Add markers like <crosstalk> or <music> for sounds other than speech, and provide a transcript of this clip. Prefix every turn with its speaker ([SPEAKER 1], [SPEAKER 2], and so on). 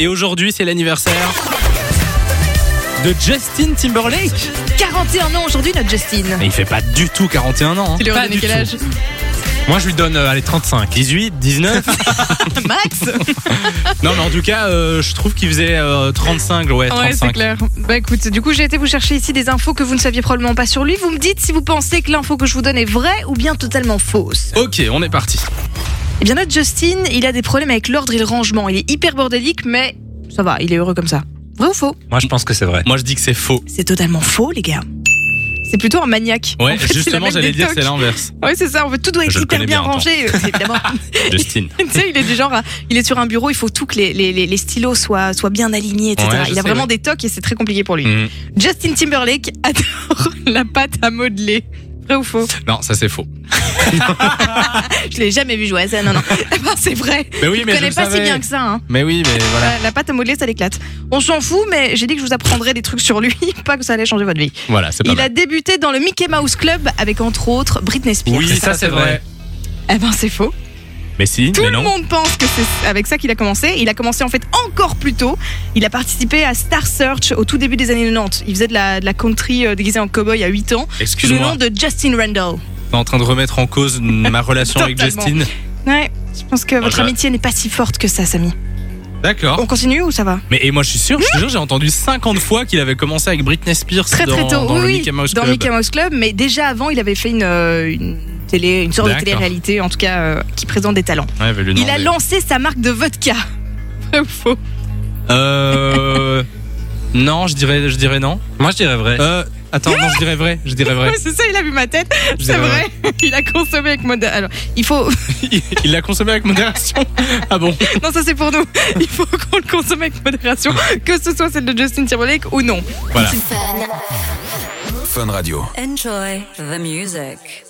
[SPEAKER 1] Et aujourd'hui, c'est l'anniversaire de Justin Timberlake.
[SPEAKER 2] 41 ans aujourd'hui, notre Justine.
[SPEAKER 1] Et il fait pas du tout 41 ans. hein.
[SPEAKER 2] Tu lui
[SPEAKER 1] Pas
[SPEAKER 2] redonnes
[SPEAKER 1] du
[SPEAKER 2] quel
[SPEAKER 1] tout.
[SPEAKER 2] âge
[SPEAKER 1] Moi, je lui donne euh, allez, 35. 18, <laughs> 19.
[SPEAKER 2] <laughs> Max
[SPEAKER 1] non, mais en tout cas, euh, je trouve qu'il faisait euh, 35. Ouais,
[SPEAKER 2] Ouais, c'est
[SPEAKER 1] 35.
[SPEAKER 2] clair. Bah écoute, du coup, j'ai été vous chercher ici des infos que vous ne saviez probablement pas sur lui. Vous me dites si vous pensez que l'info que je vous donne est vraie ou bien totalement fausse.
[SPEAKER 1] ok, on est parti.
[SPEAKER 2] Eh bien, notre Justin, il a des problèmes avec l'ordre et le rangement. Il est hyper bordélique, mais ça va, il est heureux comme ça. Vrai ou faux
[SPEAKER 3] Moi, je pense que c'est vrai.
[SPEAKER 1] Moi, je dis que c'est faux.
[SPEAKER 2] C'est totalement faux, les gars. C'est plutôt un maniaque.
[SPEAKER 1] Ouais,
[SPEAKER 2] En fait, il a
[SPEAKER 1] justement,
[SPEAKER 2] même
[SPEAKER 1] j'allais
[SPEAKER 2] des
[SPEAKER 1] dire
[SPEAKER 2] tocs.
[SPEAKER 1] c'est
[SPEAKER 2] <laughs>
[SPEAKER 1] l'inverse.
[SPEAKER 2] Ouais, c'est ça. En fait, tout doit être
[SPEAKER 1] Je le
[SPEAKER 2] hyper
[SPEAKER 1] connais
[SPEAKER 2] bien,
[SPEAKER 1] bien,
[SPEAKER 2] rangé. euh, <laughs>
[SPEAKER 1] <laughs>
[SPEAKER 2] évidemment.
[SPEAKER 1] Justin.
[SPEAKER 2] tu sais, il est du genre, à- il est sur un bureau, il faut tout que les, les- les- les stylos soient, soient bien alignés, etc.
[SPEAKER 1] Ouais, je
[SPEAKER 2] il
[SPEAKER 1] sais,
[SPEAKER 2] a vraiment
[SPEAKER 1] ouais.
[SPEAKER 2] des tocs et c'est très compliqué pour lui.
[SPEAKER 1] Mm.
[SPEAKER 2] Justin Timberlake <laughs> adore la pâte à modeler. Vrai ou faux
[SPEAKER 1] Non, ça c'est faux.
[SPEAKER 2] Je l'ai jamais vu jouer à
[SPEAKER 1] <laughs>
[SPEAKER 2] ça, non, non. Eh ben, c'est vrai.
[SPEAKER 1] Mais oui,
[SPEAKER 2] je connais pas si bien que ça. hein.
[SPEAKER 1] Mais oui, mais voilà.
[SPEAKER 2] La- La pâte à modeler, ça l'éclate. On s'en fout, mais j'ai dit que je vous apprendrais des trucs sur lui, <laughs> pas que ça allait changer votre vie.
[SPEAKER 1] Voilà, c'est pas
[SPEAKER 2] Il
[SPEAKER 1] mal.
[SPEAKER 2] a débuté dans le Mickey Mouse Club avec entre autres Britney Spears.
[SPEAKER 1] Oui, ça c'est vrai.
[SPEAKER 2] Eh ben c'est faux.
[SPEAKER 1] Mais si,
[SPEAKER 2] Tout
[SPEAKER 1] mais
[SPEAKER 2] le
[SPEAKER 1] non.
[SPEAKER 2] monde pense que c'est avec ça qu'il a commencé. Il a commencé en fait encore plus tôt. Il a participé à Star Search au tout début des années 90. Il faisait de la, de la country euh, déguisée en cowboy à 8 ans. Sous le nom
[SPEAKER 1] Excuse-moi,
[SPEAKER 2] de Justin Randall.
[SPEAKER 1] t'es en train de remettre en cause ma relation avec
[SPEAKER 2] Totalement.
[SPEAKER 1] Justin.
[SPEAKER 2] Ouais, Ah, je pense que votre
[SPEAKER 1] je-
[SPEAKER 2] amitié n'est pas si forte que ça, Samy.
[SPEAKER 1] D'accord.
[SPEAKER 2] On continue ou ça va
[SPEAKER 1] Mais et moi je suis sûr, je te jure, j'ai entendu 50 fois qu'il avait commencé avec Britney Spears
[SPEAKER 2] Très
[SPEAKER 1] dans,
[SPEAKER 2] très tôt.
[SPEAKER 1] dans
[SPEAKER 2] oui,
[SPEAKER 1] le
[SPEAKER 2] oui,
[SPEAKER 1] Mickey Mouse
[SPEAKER 2] dans
[SPEAKER 1] Club.
[SPEAKER 2] Mickey Mouse Club, mais déjà avant, il avait fait une, euh, une télé, une sorte de
[SPEAKER 1] D'accord.
[SPEAKER 2] télé-réalité, en tout cas, euh, qui présente des talents.
[SPEAKER 1] Ouais, je vais lui
[SPEAKER 2] Il a
[SPEAKER 1] demander.
[SPEAKER 2] lancé sa marque de vodka. <laughs> Vrai ou faux
[SPEAKER 1] Euh Non, je dirais je dirais non.
[SPEAKER 3] Moi, je dirais vrai.
[SPEAKER 1] Euh attends, non, je dirais vrai, je dirais
[SPEAKER 2] <laughs>
[SPEAKER 1] vrai.
[SPEAKER 2] Ouais, C'est ça, il a vu ma tête.
[SPEAKER 1] Je
[SPEAKER 2] C'est
[SPEAKER 1] dirais
[SPEAKER 2] vrai. <laughs> Il a consommé avec mode. Alors, il faut.
[SPEAKER 1] Il- Il l'a consommé avec modération. Ah bon
[SPEAKER 2] Non, ça c'est pour nous. <laughs> Il faut qu'on le consomme avec modération, que ce soit celle de Justin Timberlake ou non.
[SPEAKER 1] Voilà.
[SPEAKER 4] Fun Radio.
[SPEAKER 5] Enjoy the music.